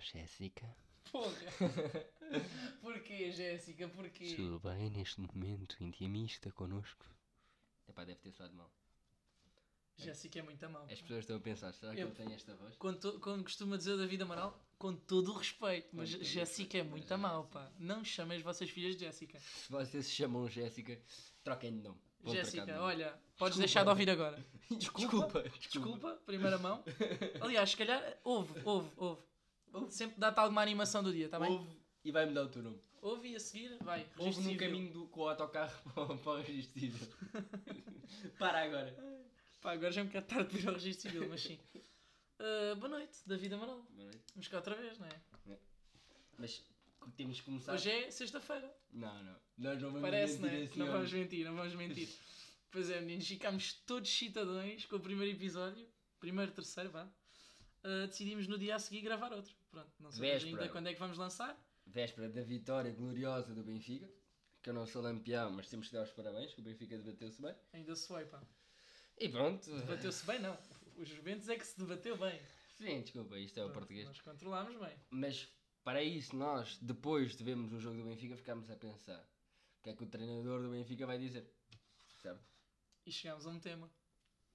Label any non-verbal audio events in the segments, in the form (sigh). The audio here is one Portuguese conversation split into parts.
Jéssica. (laughs) Porra! Porquê, Jéssica? Porquê? Tudo bem neste momento intimista connosco? Epá, deve ter soado mal. Jéssica é muito mal. As pessoas estão a pensar, será que Eu- eu tenho esta voz? Com to- Como costuma dizer o David Amaral, com todo o respeito, mas todo o Jéssica é respeito, muito mas mal, pá. Não chamem as vossas filhas de Jéssica. Se vocês se chamam Jéssica, troquem de nome. Vão trocar de Jéssica, nome. olha, podes deixar de ouvir agora. Desculpa, desculpa, desculpa, primeira mão. Aliás, se calhar, ouve, ouve, ouve. Sempre dá-te alguma animação do dia, tá bem? Ouve, Ouve e vai mudar o teu nome. e a seguir, vai. Ouve registro no civil. caminho do, com o autocarro (laughs) para, o- para o registro (laughs) civil. Para agora. Pá, agora já me quero estar a pedir ao registro civil, (laughs) mas sim. Ah, boa noite, David Amaral. Vamos cá outra vez, não é? Mas temos que começar. Hoje é sexta-feira. Não, não. Nós não vamos Parece, não mentir é? assim, Não olha. vamos mentir, não vamos mentir. Pois é, meninos, ficámos todos citadões com o primeiro episódio, primeiro, terceiro, vá. Ah, decidimos no dia a seguir gravar outro. Pronto, não sabemos Véspera. ainda quando é que vamos lançar. Véspera da vitória gloriosa do Benfica. Que eu não sou lampião, mas temos que dar os parabéns, que o Benfica debateu-se bem. Ainda suei, pá. E pronto. Debateu-se bem, não. Os Juventus é que se debateu bem. Sim, desculpa, isto é o Pronto, português. Nós controlámos bem. Mas para isso, nós, depois de vermos o jogo do Benfica, ficámos a pensar: o que é que o treinador do Benfica vai dizer? Certo? E chegámos a um tema.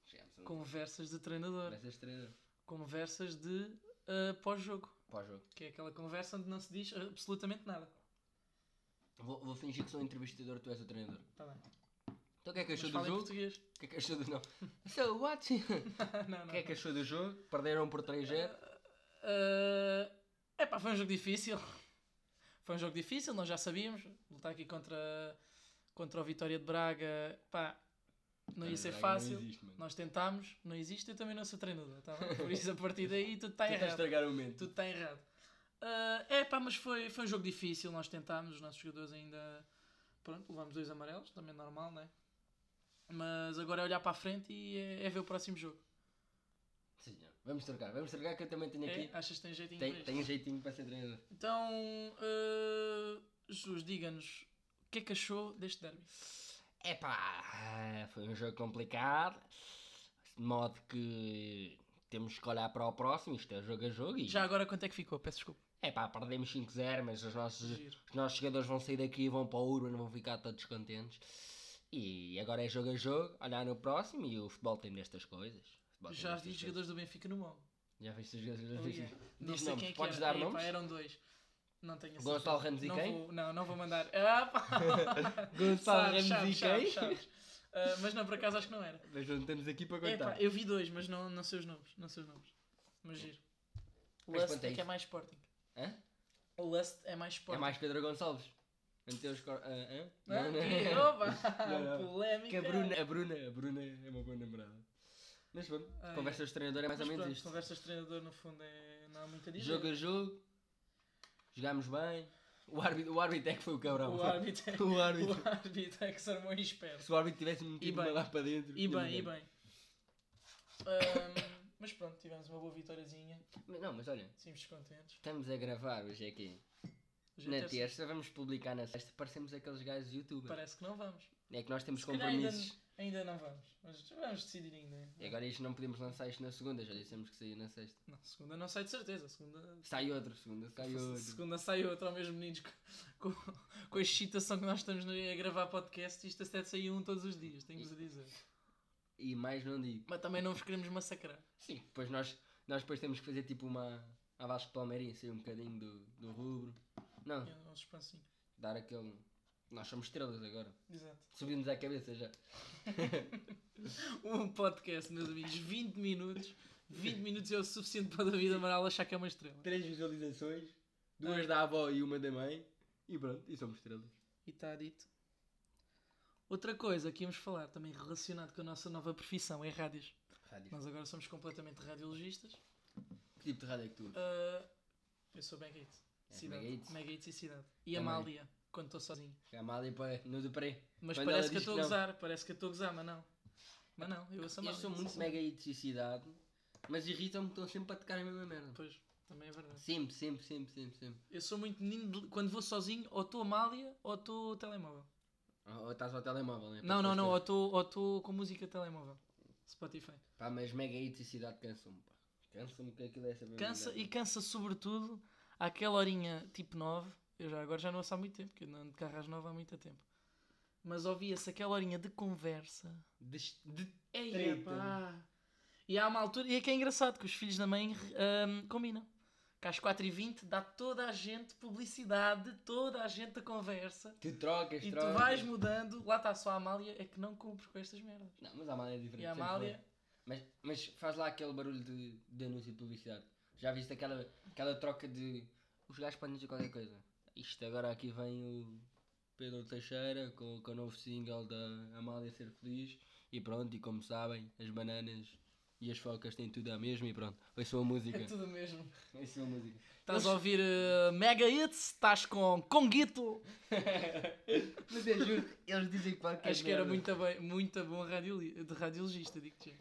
Chegámos a um Conversas de treinador. essas treinador Conversas de ah, pós-jogo. pós-jogo. Que é aquela conversa onde não se diz absolutamente nada. Vou, vou fingir que sou entrevistador, tu és o treinador. Tá bem. Então o que é que Mas achou do fala em jogo? português. (laughs) O que é que achou do. Não. (laughs) So what? O não, não. que é que achou do jogo? Perderam por 3-0. é pá, foi um jogo difícil. (laughs) Foi um jogo difícil, nós já sabíamos. Lutar aqui contra, contra o Vitória de Braga, pá, não ia ser Braga fácil. Não existe, mano. Nós tentámos, não existe. Eu também não sou treinador, tá bem? Por isso, a partir daí, tudo (laughs) está é, Tu estás a errado. estragar o momento. Tudo está errado. Ah, é pá, mas foi, foi um jogo difícil. Nós tentámos, os nossos jogadores ainda. Pronto, levámos dois amarelos, também normal, não é? Mas agora é olhar para a frente e é, é ver o próximo jogo. Sim, senhor. Vamos trocar, vamos trocar que eu também tenho É? aqui. Achas que tem jeitinho para Tem, isto? tem jeitinho para ser treinador. Então, eh, Jesus, diga-nos o que é que achou deste derby? Epá, foi um jogo complicado. De modo que temos que olhar para o próximo. Isto é jogo a jogo. E... Já agora quanto é que ficou? Peço desculpa. Epá, perdemos 5-0, mas os nossos, Giro. os nossos jogadores vão sair daqui, vão para o Urban, vão ficar todos contentes. E agora é jogo a jogo, olhar no próximo. E o futebol tem destas coisas. O futebol tem Já destas vi coisas. jogadores do Benfica no mão. Já viste os jogadores? Ali é. Diz Não sei nomes, quem é que podes era. dar Epá, nomes? eram dois. Não tenho a Gonçalo certeza. Ramos e não quem? Vou, não, não (laughs) vou mandar. Ah, pá! Gonçalo Sabes, Ramos e sabes, quem? sabes, sabes. Ah, mas não, por acaso acho que não era. Mas não estamos aqui para É, contar. eu vi dois, mas não, não sei os nomes. Não sei os nomes. Mas giro. O Mas Lust pronto, é é que é isso. mais Sporting. Hã? O Lust é mais É Sporting. mais Pedro Gonçalves. Meteu os cor... ah, ah? Ah, Não, não. que- opa, Não, não. (laughs) Polémica. Que é a Bruna, a Bruna, a Bruna é uma boa namorada. Mas pronto, Ai. conversas de treinador é mais ou Mas menos pronto, isto. Conversas de treinador, no fundo, é... não há muito a dizer. Jogo a jogo, jogámos bem. O árbitro, o árbitro é que foi o cabrão. O árbitro é, (laughs) O árbitro. o árbitro é que se armou em esperto. Se o árbitro tivesse metido bem. uma lá para dentro. E tínhamos bem, e ganho. bem. Ahm, mas pronto, tivemos uma boa vitóriazinha. Mas não, mas olha, Simples contentes. estamos a gravar hoje aqui. Hoje é Na terça. terça, vamos publicar na sexta. Parecemos aqueles gajos youtubers. Parece que não vamos. É que nós temos Se calhar ainda, compromissos. ainda não vamos. Mas vamos decidir ainda. E agora isto não podemos lançar isto na segunda, já dissemos que saía na sexta. Não, segunda não sai de certeza. Segunda Sai outro, segunda, sai outro. Segunda sai outra ao mesmo meninos (laughs) com, com- com a excitação que nós estamos no- a gravar podcast. Isto até saiu um todos os dias, tenho-vos a dizer. E mais não digo. Mas também não vos queremos massacrar. Sim, depois nós, nós depois temos que fazer tipo uma. A Vasco Palmeirense, um bocadinho do, do rubro. Não, É um suspensinho. dar aquele. Nós somos estrelas agora. Exato. Subimos à cabeça já. Um podcast, meus amigos, 20 minutos. 20 minutos é o suficiente para o David Amaral achar que é uma estrela. Três visualizações, duas da avó e uma da mãe. E pronto, e somos estrelas. E está dito. Outra coisa que íamos falar também relacionado com a nossa nova profissão é rádios. Rádio. Nós agora somos completamente radiologistas. Que tipo de rádio é que tu ouves? Ah, eu sou Megate. És Cidade. Megate? Megate e cidade. E É Também. Amália, quando estou sozinho. Chamada e para. No do pré. Mas Quando ela parece que eu diz estou que a não. gozar, parece que eu estou a gozar, mas não. Mas não, eu ouço a Eu Amália. sou muito mega eletricidade, mas irritam-me, estão sempre a tocar a mesma merda. Pois, também é verdade. Sempre, sempre, sempre, sempre, sempre. Eu sou muito menino de- quando vou sozinho, ou estou Amália ou estou telemóvel. Ou ou estás ao telemóvel, né? Não, não, não, ou Para- estou ou estou com música de telemóvel. Spotify. Hum, Pá, mas mega eletricidade cansa-me, pá. Cansa-me que aquilo é essa Cansa merda. e cansa sobretudo àquela horinha tipo 9, eu já, agora já não ouço há muito tempo, porque eu não ando de carro às 9 há muito tempo. Mas ouvia-se aquela horinha de conversa. Des- de- Ei, Treta. pá. E há uma altura, e é que é engraçado que os filhos da mãe hum, combinam. Que às 4h20 dá toda a gente publicidade, toda a gente a conversa. Tu trocas, E tu trocas. vais mudando, lá está só a Amália, é que não cumpre com estas merdas. Não, mas a Amália é diferente. E a sempre Amália, foi. Mas, mas faz lá aquele barulho de, de anúncio de publicidade. Já viste aquela, aquela troca de. Os gajos podem dizer qualquer coisa. Isto agora aqui vem o Pedro Teixeira com, com o novo single da Amália Ser Feliz. E pronto, e como sabem, as bananas e as focas têm tudo a mesma e pronto. Ouçam a música. é tudo mesmo. Ouçam a música. Estás a ouvir eh, Mega Hits, estás com Conguito. Mas é justo, eles dizem qualquer Acho que era merda. muito, bem, muito bom radioli- de radiologista, digo-te. já.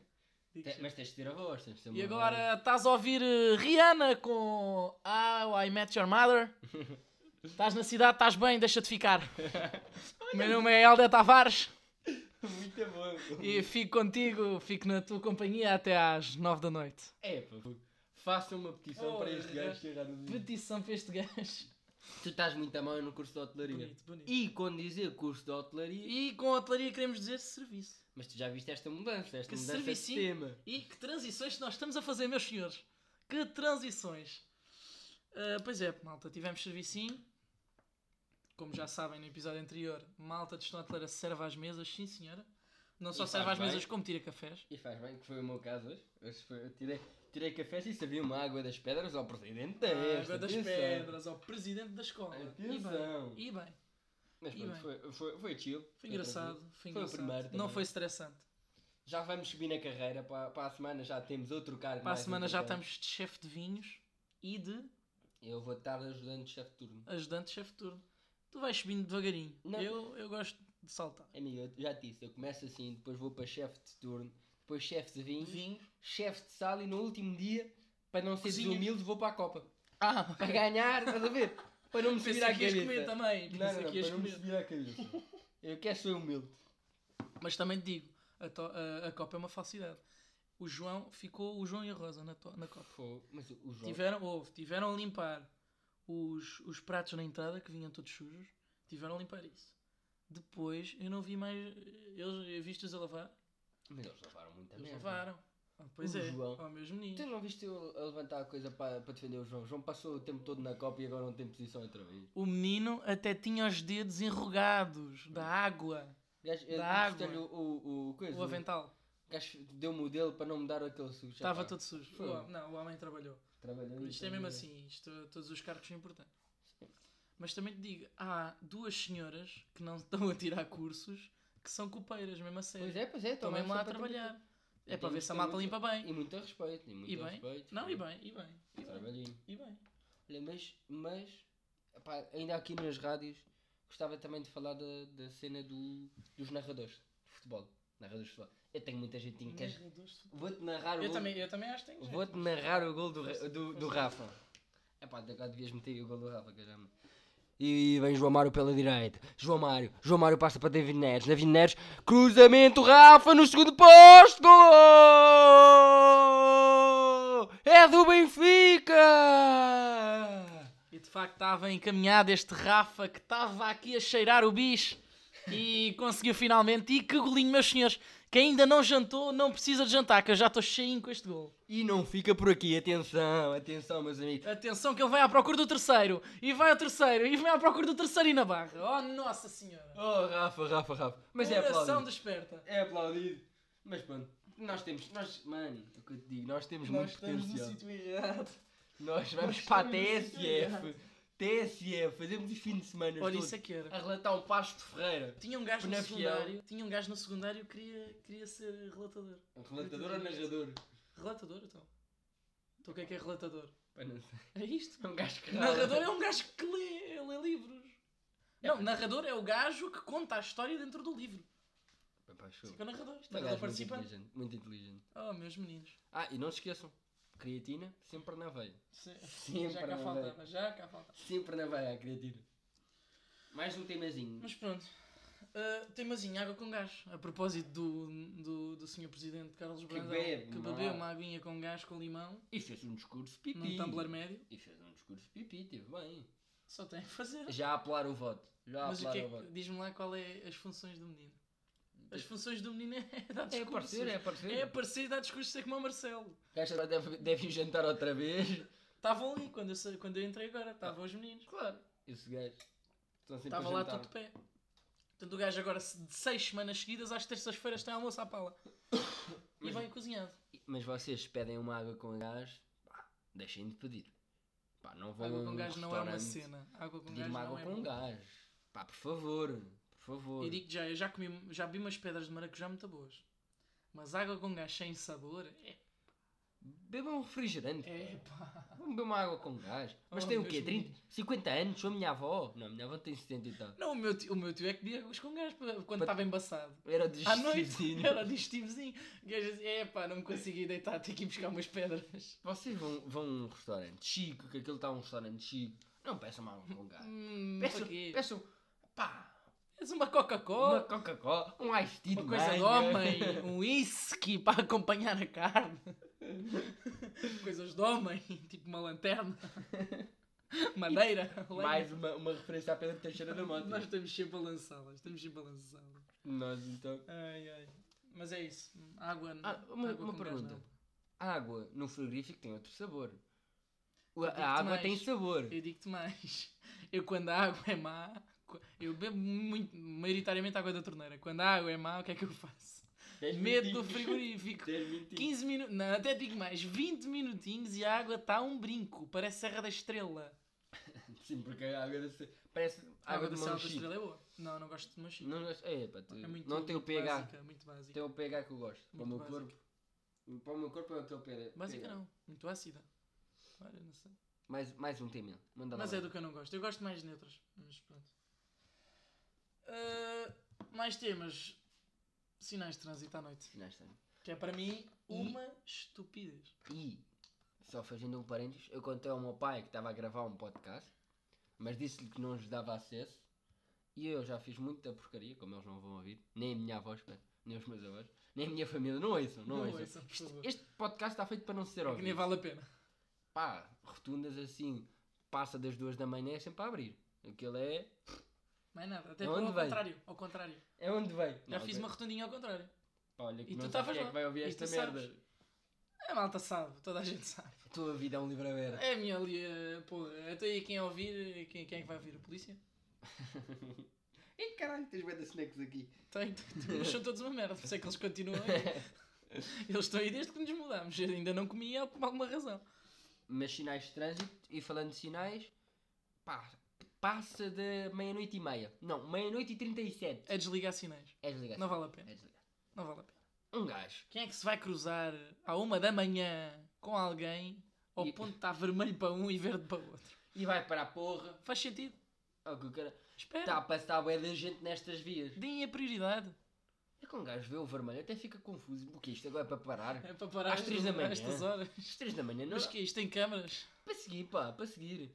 Digo-te Te- já. Mas tens de ter a voz, tens de ter E uma (laughs) agora estás a ouvir eh, Rihanna com How I Met Your (laughs) Mother. Estás na cidade, estás bem, deixa-te (laughs) ficar. O Meu nome é Helder Tavares voz. Muito bom. e fico contigo, fico na tua companhia até às 9 da noite. É, pá, faça uma petição para este Porra. gajo chegar no dia. Petição para este gajo. Tu estás muito a mão no curso de hotelaria. Bonito, bonito. E quando dizer curso de hotelaria, E com hotelaria queremos dizer serviço. mas tu já viste esta mudança, esta Que mudança servicinho. de tema. E que transições que nós estamos a fazer, meus senhores. Que transições. Ah, pois é, malta, tivemos servicinho. Como já sabem no episódio anterior, malta de Stotler serve às mesas, sim senhora. Não só E serve faz às bem. mesas como tira cafés. E faz bem que foi o meu caso hoje. Hoje foi- eu tirei, tirei café e servia uma água das pedras ao presidente da Ah, É Esta, Água das atenção. pedras, ao presidente da escola. E bem, Atenção. e bem. Mas e pronto, bem. foi, foi, foi chill. Foi engraçado. o Foi engraçado. primeiro Não também. É foi estressante. tranquilo. Já vamos subir na carreira, para, para a semana já temos outro cargo. Para a mais semana já importante. estamos de chefe de vinhos e de Eu vou estar ajudando o chefe de turno. ajudante de chefe de turno. é Tu vais subindo devagarinho. Não. Eu, eu gosto de saltar. É, Amigo, eu já te disse, eu começo assim, depois vou para chefe de turno, depois chefe de vinho, Vinho. chefe de sala e no último dia, para não ser Cozinhas. desumilde, vou para a Copa. Ah, (laughs) Para ganhar, estás a ver? Para não me subir Pensei à que ias comer cabeça. também. Não, Pensei não, não, que ias para não me comer. subir à cabeça. Eu quero ser humilde. Mas também te digo, a, to- a- a Copa é uma falsidade. O João ficou o João e a Rosa na, to- na Copa. Pô, mas o João... Tiveram, houve, tiveram a limpar os, os pratos na entrada que vinham todos sujos. Tiveram a limpar isso. Depois eu não vi mais. Eles viste-os a lavar? Mas eles levaram muita Eles merda. lavaram. Ah, pois é O é, João. ao mesmo nível. Tu não viste eu a levantar a coisa para, para defender o João? O João passou o tempo todo na Copa e agora não tem posição outra vez. O menino até tinha os dedos enrugados da água, Gajo, eu Da água. emprestei-lhe o, o, o coisa. o avental. O gajo deu-me o dele para não me dar aquele sujo. Estava Epá, todo sujo. foi. O homem- não, o homem trabalhou. Trabalhou Isto é trabalhou. mesmo assim, isto, todos os cargos são importantes. Mas também te digo, há duas senhoras que não estão a tirar cursos que são copeiras, mesmo a sério. Pois é, pois é, estão também mesmo lá só a para trabalhar. É para Temos ver se que ter a malta muito- limpa bem. E muito respeito, e muito E bem. respeito. Não, e bem, e bem. E bem. Trabalhinho. E bem. Olha, mas, mas epá, ainda aqui nas rádios, gostava também de falar da, da cena do, dos narradores de futebol. Narradores de futebol. Eu tenho muita jeitinho. Queres... Vou-te narrar o Eu gol- também, eu também acho que tenho. jeito. Vou-te narrar o gol do, Ra- do, do Rafa. É pá, agora devias meter aí o gol do Rafa, que eu já me- E vem João Mário pela direita. João Mário. João Mário passa para David Neres. David Neres. Cruzamento, Rafa no segundo posto. Gol! É do Benfica! E de facto estava encaminhado este Rafa que estava aqui a cheirar o bicho e (laughs) conseguiu finalmente. E que golinho, meus senhores. Quem ainda não jantou, não precisa de jantar, que eu já estou cheinho com este gol. E não fica por aqui. Atenção, atenção, meus amigos. Atenção que ele vai à procura do terceiro. E vai ao terceiro. E vai à procura do terceiro e na barra. Oh, nossa senhora. Oh, Rafa, Rafa, Rafa. Mas é Coração aplaudido. desperta. É aplaudido. Mas pronto, nós temos. Nós, mano, é o que eu te digo, nós temos um muito potencial. errado. Nós vamos Nós para a estamos no sítio TSF. TSF, fazemos os fins de semana Olha, todos isso é que era. a relatar um pasto de Ferreira. Tinha um gajo no Penafiel. secundário. Tinha um gajo no secundário que queria, queria ser relatador. Um Relatador ou narrador? Relatador, então? Então o que é que é relatador? Pá, não sei. É isto. É um gajo que rala. Narrador é um gajo que lê, lê livros. Não, narrador é o gajo que conta a história dentro do livro. Pá, pá, show. Isso é que é o narrador. Um gajo Narrador muito participante. inteligente, Muito inteligente. Oh, meus meninos. Ah, e não se esqueçam: creatina sempre na veia. Sempre já cá na faltava, já cá faltava. Sempre na veia a creatina. Mais um temazinho. Mas pronto. Uh, Temazinha, água com gás. A propósito do, do, do senhor Presidente Carlos Brandão, bebe que uma bebeu água. uma aguinha com gás, com limão, E fez um discurso pipi. num tumbler médio, E fez um discurso pipi, teve bem. só tem a fazer. Já a apelar o voto. Já a Mas o apelar que é o que, voto. diz-me lá qual é as funções do menino. As funções do menino é (laughs) dar É discursos. aparecer, é aparecer. É aparecer e dar discursos, ser como o Marcelo. Gasta agora deve, deve ir jantar outra vez. Estavam ali quando eu, sa- quando eu entrei agora, estavam os meninos. Claro. Esse gajo. Estão sempre Estava a lá jantar. tudo de pé. Portanto, o gajo agora, se- de seis semanas seguidas, às terças-feiras tem almoço à pala. E Mas- vem cozinhado. Mas vocês pedem uma água com gás, pá, deixem de pedir. Pá, não vão Água a um com gás não é uma restaurante cena. Água com Pedir gás uma não água é com uma- gás. Pá, por favor. Por favor. Eu digo já, eu já comi, já vi umas pedras de maracujá muito boas. Mas água com gás sem sabor é. Bebam um refrigerante. é pá. pá. Vão beber uma água com gás. Mas Oh, tem o meus quê? 30, meninos. 50 anos? Sou a minha avó? Não, a minha avó tem 70 e tal. Não, o meu tio, o meu tio é que bebia águas com gás pa- quando Pa- estava embaçado. Era À noite digestivo. (laughs) era digestivozinho. O gajo dizia: é pá, não me consegui deitar, tenho que ir buscar umas pedras. Vocês vão, vão a um restaurante chique, que aquilo está um restaurante chique. Não peçam uma água com gás. Hum, Peçam, para quê? peçam pá, És uma uma Coca-Cola, Coca-Cola, um ice tea uma, de coisa de manga. (laughs) homem, um whisky para acompanhar a (laughs) carne. Coisas de homem, tipo uma (laughs) lanterna, madeira, lenha. Mais uma, uma referência à Pedro Teixeira da Mota. Nós estamos sempre a lançá-las, estamos sempre a lançá-las. Nós então. Ai, ai. Mas é isso. Água, Ah, uma, água uma com pergunta. gás, a água no frigorífico tem outro sabor. O- Digo-te a água mais. tem sabor. não. Eu digo-te mais. (laughs) Eu quando a água é má, co- eu bebo muito, maioritariamente água da torneira. Quando a água é má, o que é que eu faço? Medo do (laughs) (laughs) frigorífico. 15 minutos, não, até digo mais, 20 minutinhos e a água está um brinco, parece Serra da Estrela. Sim, porque a água da ce- parece A água, da Serra da Monchique. Estrela é boa. Não, não gosto de manchito. Não, gosto- é, pá, tu- É muito, não tem o muito pH. Básica, muito básica. Tem o pH que eu gosto. Para o meu Muito corpo. Para o meu corpo é o teu pH. Básica não, muito ácida. Olha, não sei. Mais, mais um tema. Manda lá. Mas é do que eu não gosto. Eu gosto mais de neutras. Mas pronto. Ah, mais temas. Sinais de trânsito à noite. Nesta. Que é para mim uma estupidez. E, só fazendo um parênteses, eu contei ao meu pai que estava a gravar um podcast, mas disse-lhe que não lhes dava acesso. E eu já fiz muita porcaria, como eles não vão ouvir, nem a minha avó, espero, nem os meus avós, nem a minha família, não ouçam, não, ouçam. ouçam, por favor. Este podcast está feito para não ser Que nem ouvido. vale a pena. Pá, rotundas assim, passa das duas da manhã, é sempre a abrir. Aquilo é. Mais nada. Até Da ao onde vem? contrário. Ao contrário. É onde vem. Já Não, fiz ok. uma rotundinha ao contrário. Pá, olha, que E não tu sei estavas quem é lá. que vai ouvir E esta tu merda. sabes. A malta sabe, toda a gente sabe. A tua vida é um livro aberto. É a minha ali, eh, porra. Até aí quem ouvir, quem, quem é que vai ouvir? A polícia? Ih, caralho, tens bem de snacks aqui. (laughs) (laughs) Tem, tem, tem, mas são todos uma merda, por isso é que eles continuam aí. Eles estão aí desde que nos mudámos. Eu ainda não comia por alguma razão. mas sinais de trânsito e falando de sinais, pá, passa de meia-noite e meia. Não, meia-noite e 37. É desligar sinais. É desligado. Não vale a pena. É desligado. Não vale a pena. Um gajo. Quem é que se vai cruzar à uma da manhã com alguém ao E- ponto de estar vermelho para um e verde para o outro? E vai para a porra. Tá. Faz sentido. Ó, que o cara. Espera. Está a passar a da gente nestas vias. Deem a prioridade. É que um gajo vê o vermelho, até fica confuso. O que é isto agora é para parar? (laughs) É para parar Às três da manhã. Estas horas. Às 3 da manhã, não. Mas que é isto? Tem câmaras? Para seguir, pá, para seguir.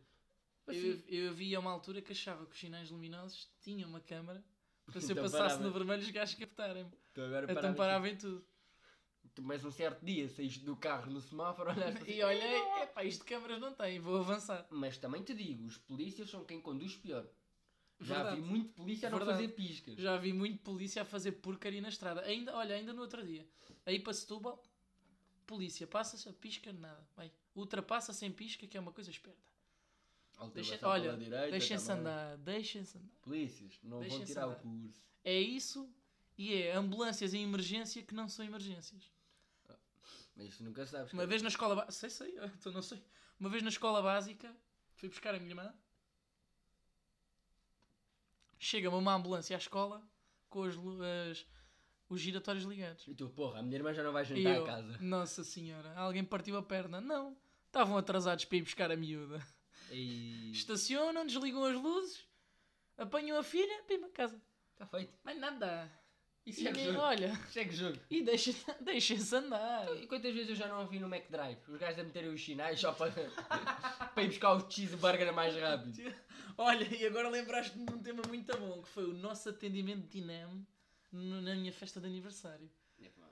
Para Eu, seguir. eu havia uma altura que achava que os sinais luminosos tinham uma câmara para se eu Então passasse parava. no vermelho os gajos captarem-me. Tu agora Então paravas- parava em tudo. Tu mais um certo dia saíste do carro no semáforo, olhaste (laughs) assim, E olhei, epá, isto de câmaras não tem, vou avançar. Mas também te digo, os polícias são quem conduz pior. Já Verdade. vi muito polícia a não Verdade. fazer piscas. Já vi muito polícia a fazer porcaria na estrada. Ainda, olha, ainda no outro dia. Aí para Setúbal, polícia passa-se, pisca, nada. Vai. Ultrapassa sem pisca, que é uma coisa esperta. Deixa- Ultrapassar olha, pela direita tá Deixem-se também. andar, deixem-se andar. Polícias, não vão Deixem-se tirar andar. o curso. É isso e é ambulâncias em emergência que não são emergências. Mas isso nunca sabes. Uma cara. vez na escola básica. Sei, sei, (laughs) eu então não sei. Uma vez na escola básica, fui buscar a minha irmã. Chega-me uma ambulância à escola com as, lu- as- os giratórios ligados. E tu, porra, a minha irmã já não vai E jantar eu, a casa. Nossa Senhora, alguém partiu a perna. Não, estavam atrasados para ir buscar a miúda. E. Estacionam, desligam as luzes, apanham a filha, pimba, casa. Está feito. Mas nada. E E segue o nem jogo. olha. Segue o jogo. E deixa- (laughs) deixem-se andar. E quantas vezes eu já não ouvi no (laughs) McDrive? Os gajos a meterem os sinais só para, para ir buscar o cheeseburger mais rápido. Olha, e agora lembraste-me de um tema muito bom, que foi o nosso atendimento dinamo no- na minha festa de aniversário.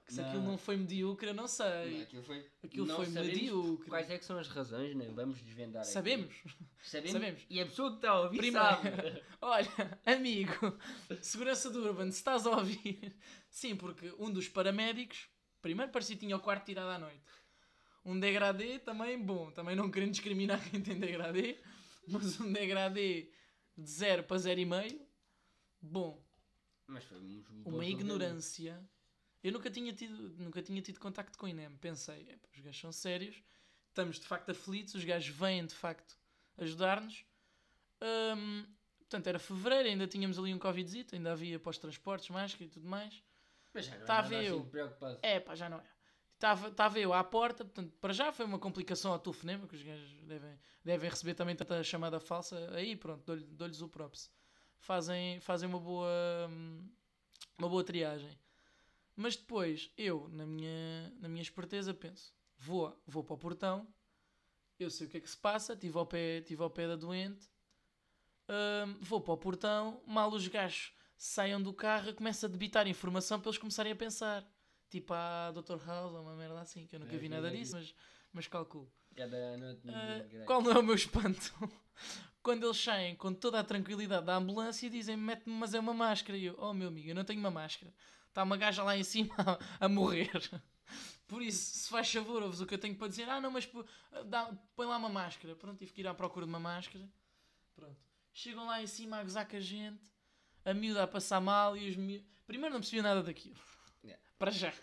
Que se aquilo não foi medíocre, eu não sei. Não, aquilo foi, Aquilo não foi sabemos medíocre. Quais é que são as razões, né? Vamos desvendar aqui. Sabemos. Sabemos. Sabemos. E a pessoa que está a ouvir Primeiro. sabe. (laughs) Olha, (laughs) amigo, segurança do Urban, se estás a ouvir. Sim, porque um dos paramédicos, primeiro parecia que tinha o quarto tirado à noite. Um degradê também bom, também não querendo discriminar quem tem degradê, mas um degradê de 0 para 0,5, bom. Mas foi um uma ignorância. Eu nunca tinha tido, nunca tinha tido contacto com o INEM. Pensei, "Epá, os gajos são sérios, estamos de facto aflitos, os gajos vêm de facto ajudar-nos. Hum, portanto, era fevereiro, ainda tínhamos ali um Covidzito, ainda havia pós-transportes, máscara e tudo mais. Mas já não tá Tá a é nada ver eu. assim preocupado. É, pá, já não era. Estava eu à porta, portanto, para já foi uma complicação ao telefonema, que os gajos devem, devem receber também tanta chamada falsa. Aí, pronto, dou-lhe- dou-lhes o props. Fazem, fazem uma boa hum, uma boa triagem. Mas depois, eu, na minha, na minha esperteza, penso, vou, vou para o portão, eu sei o que é que se passa, estive ao pé, estive ao pé da doente, hum, vou para o portão, mal os gajos saiam do carro, eu começo a debitar informação para eles começarem a pensar. Tipo a Dr. House ou uma merda assim, que eu nunca É, vi é, nada é. disso, mas, mas calculo. Cada noite Ah, ninguém- qual não é o meu espanto? (laughs) Quando eles saem com toda a tranquilidade da ambulância e dizem mete-me, mas é uma máscara. E eu, oh meu amigo, eu não tenho uma máscara. Está uma gaja lá em cima (laughs) a, a morrer. Por isso, se faz favor, ouves o que eu tenho para dizer. Ah, não, mas pô- dá- põe lá uma máscara. Pronto, tive que ir à procura de uma máscara. Pronto. Chegam lá em cima a gozar com a gente, a miúda a passar mal e os miúdos. Primeiro não percebi nada daquilo. Yeah. (laughs) Para já.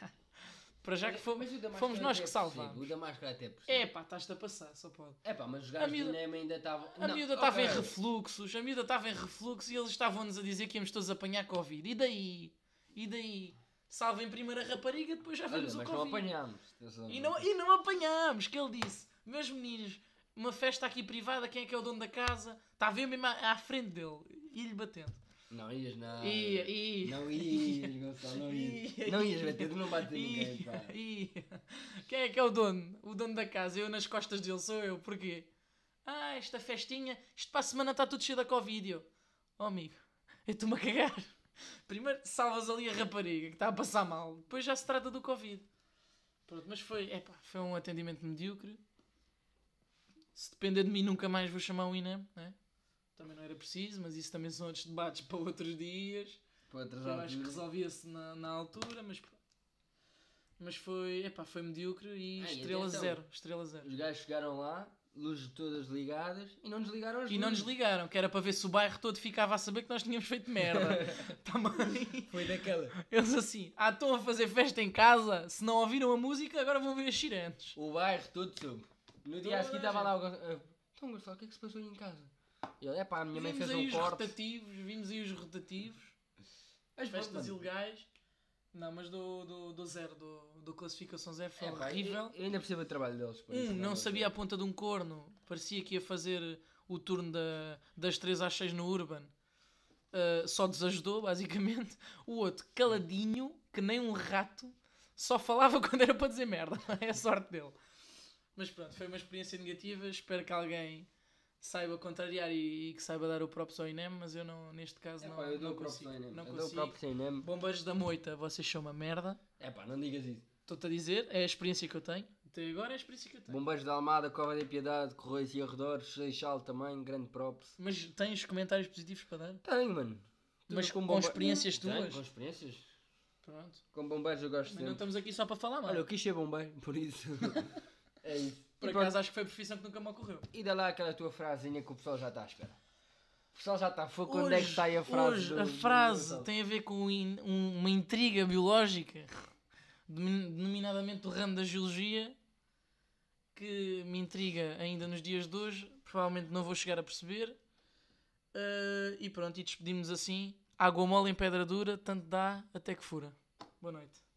Para já que Mas- fomos, mas o da máscara fomos nós até que é salvámos. possível, O da máscara até é possível. É pá, estás-te a passar, só pode. É pá, mas os gajos miúda- do Neme ainda estavam. A Não, miúda estava em ok. refluxos, a miúda estava em refluxo e eles estavam-nos a dizer que íamos todos apanhar Covid. E daí? E daí? Salvem primeiro a rapariga, depois já Olha, vimos o mas não Covid. apanhámos. e, não, e não apanhámos, que ele disse. Meus meninos, uma festa aqui privada, quem é que é o dono da casa? Estava eu mesmo à, à frente dele e lhe batendo. Não ias nada. Ia, ia. (laughs) Não ias, Gonçalo, não Ia, ias. Não ias ia. bater, tu não bates em Ia, ninguém, pá. (laughs) ia. Quem é que é o dono? O dono da casa. Eu nas costas dele sou eu. Porquê? Ah, esta festinha, isto para a semana está tudo cheio da Covid. Eu, Oh amigo, eu estou-me a cagar. (laughs) Primeiro salvas ali a rapariga que está a passar mal. Depois já se trata do Covid. Pronto, mas foi, epá, foi um atendimento medíocre. Se depender de mim nunca mais vou chamar o INEM, né? Também não era preciso, mas isso também são outros debates (laughs) para outros dias. Para Eu atrasar acho que tudo. resolvia-se na, na altura, mas pronto. Mas foi, epá, foi medíocre e Ah, e estrela atenção. zero, estrela zero. Os gajos chegaram lá, luzes todas ligadas e não desligaram as E luzes. não nos ligaram, que era para ver se o bairro todo ficava a saber que nós tínhamos (laughs) feito merda. Também. Foi daquela. Eles assim, ah, estão a fazer festa em casa, se não ouviram a música, agora vão ver as chirantes. O bairro todo soube. No dia Toda a seguir a estava lá o Gonçalo. Então, Gonçalo, o que é que se passou aí em casa? Ele, é pá, a minha mãe Vimos fez aí um os corte. rotativos, vimos aí os rotativos, Mas pronto, festas mano. ilegais. Não, mas do, do, do zero, do, do classificação zero foi É, pá, horrível. Eu, eu ainda percebo o trabalho deles. pá, isso Um não é sabia a ponta de um corno, parecia que ia fazer o turno da- das 3 às 6 no Urban, Uh, só desajudou, basicamente. O outro, caladinho, que nem um rato, só falava (laughs) quando era para dizer merda. É a sorte dele. Mas pronto, foi uma experiência negativa. Espero que alguém saiba contrariar e, e que saiba dar o próprio ao INEM, mas eu não, neste caso, É não, pá, eu dou não o próprio consigo. sem nome. Não Eu dou o consigo. próprio sem nome. Bombeiros da moita, vocês são uma merda. É pá, não digas isso. Estou-te a dizer, é a experiência que eu tenho. Até agora é a experiência que eu tenho. Bombeiros da Almada, Cova da Piedade, Correios e Arredores, Seixal também, grande props. Mas tens comentários positivos para dar? Tenho, mano. Mas com bombe- experiências Tenho, tuas? com experiências. Pronto. Com bombeiros eu gosto Mas não sempre. estamos aqui só para falar, mano. Olha, eu quis ser bombeiro, (laughs) por (laughs) isso. é isso. Por e, acaso acho que foi a profissão que nunca me ocorreu. pronto, e dá lá aquela tua frasinha que o pessoal já está à espera. O pessoal já está a fogo, quando é que sai a frase? hoje do- a do frase Gonçalo? tem a ver com in- um- uma intriga biológica, denom- denominadamente do ramo da geologia, que me intriga ainda nos dias de hoje. Provavelmente não vou chegar a perceber. Ah, e pronto, e despedimos assim. Água mole em pedra dura, tanto dá até que fura. Boa noite.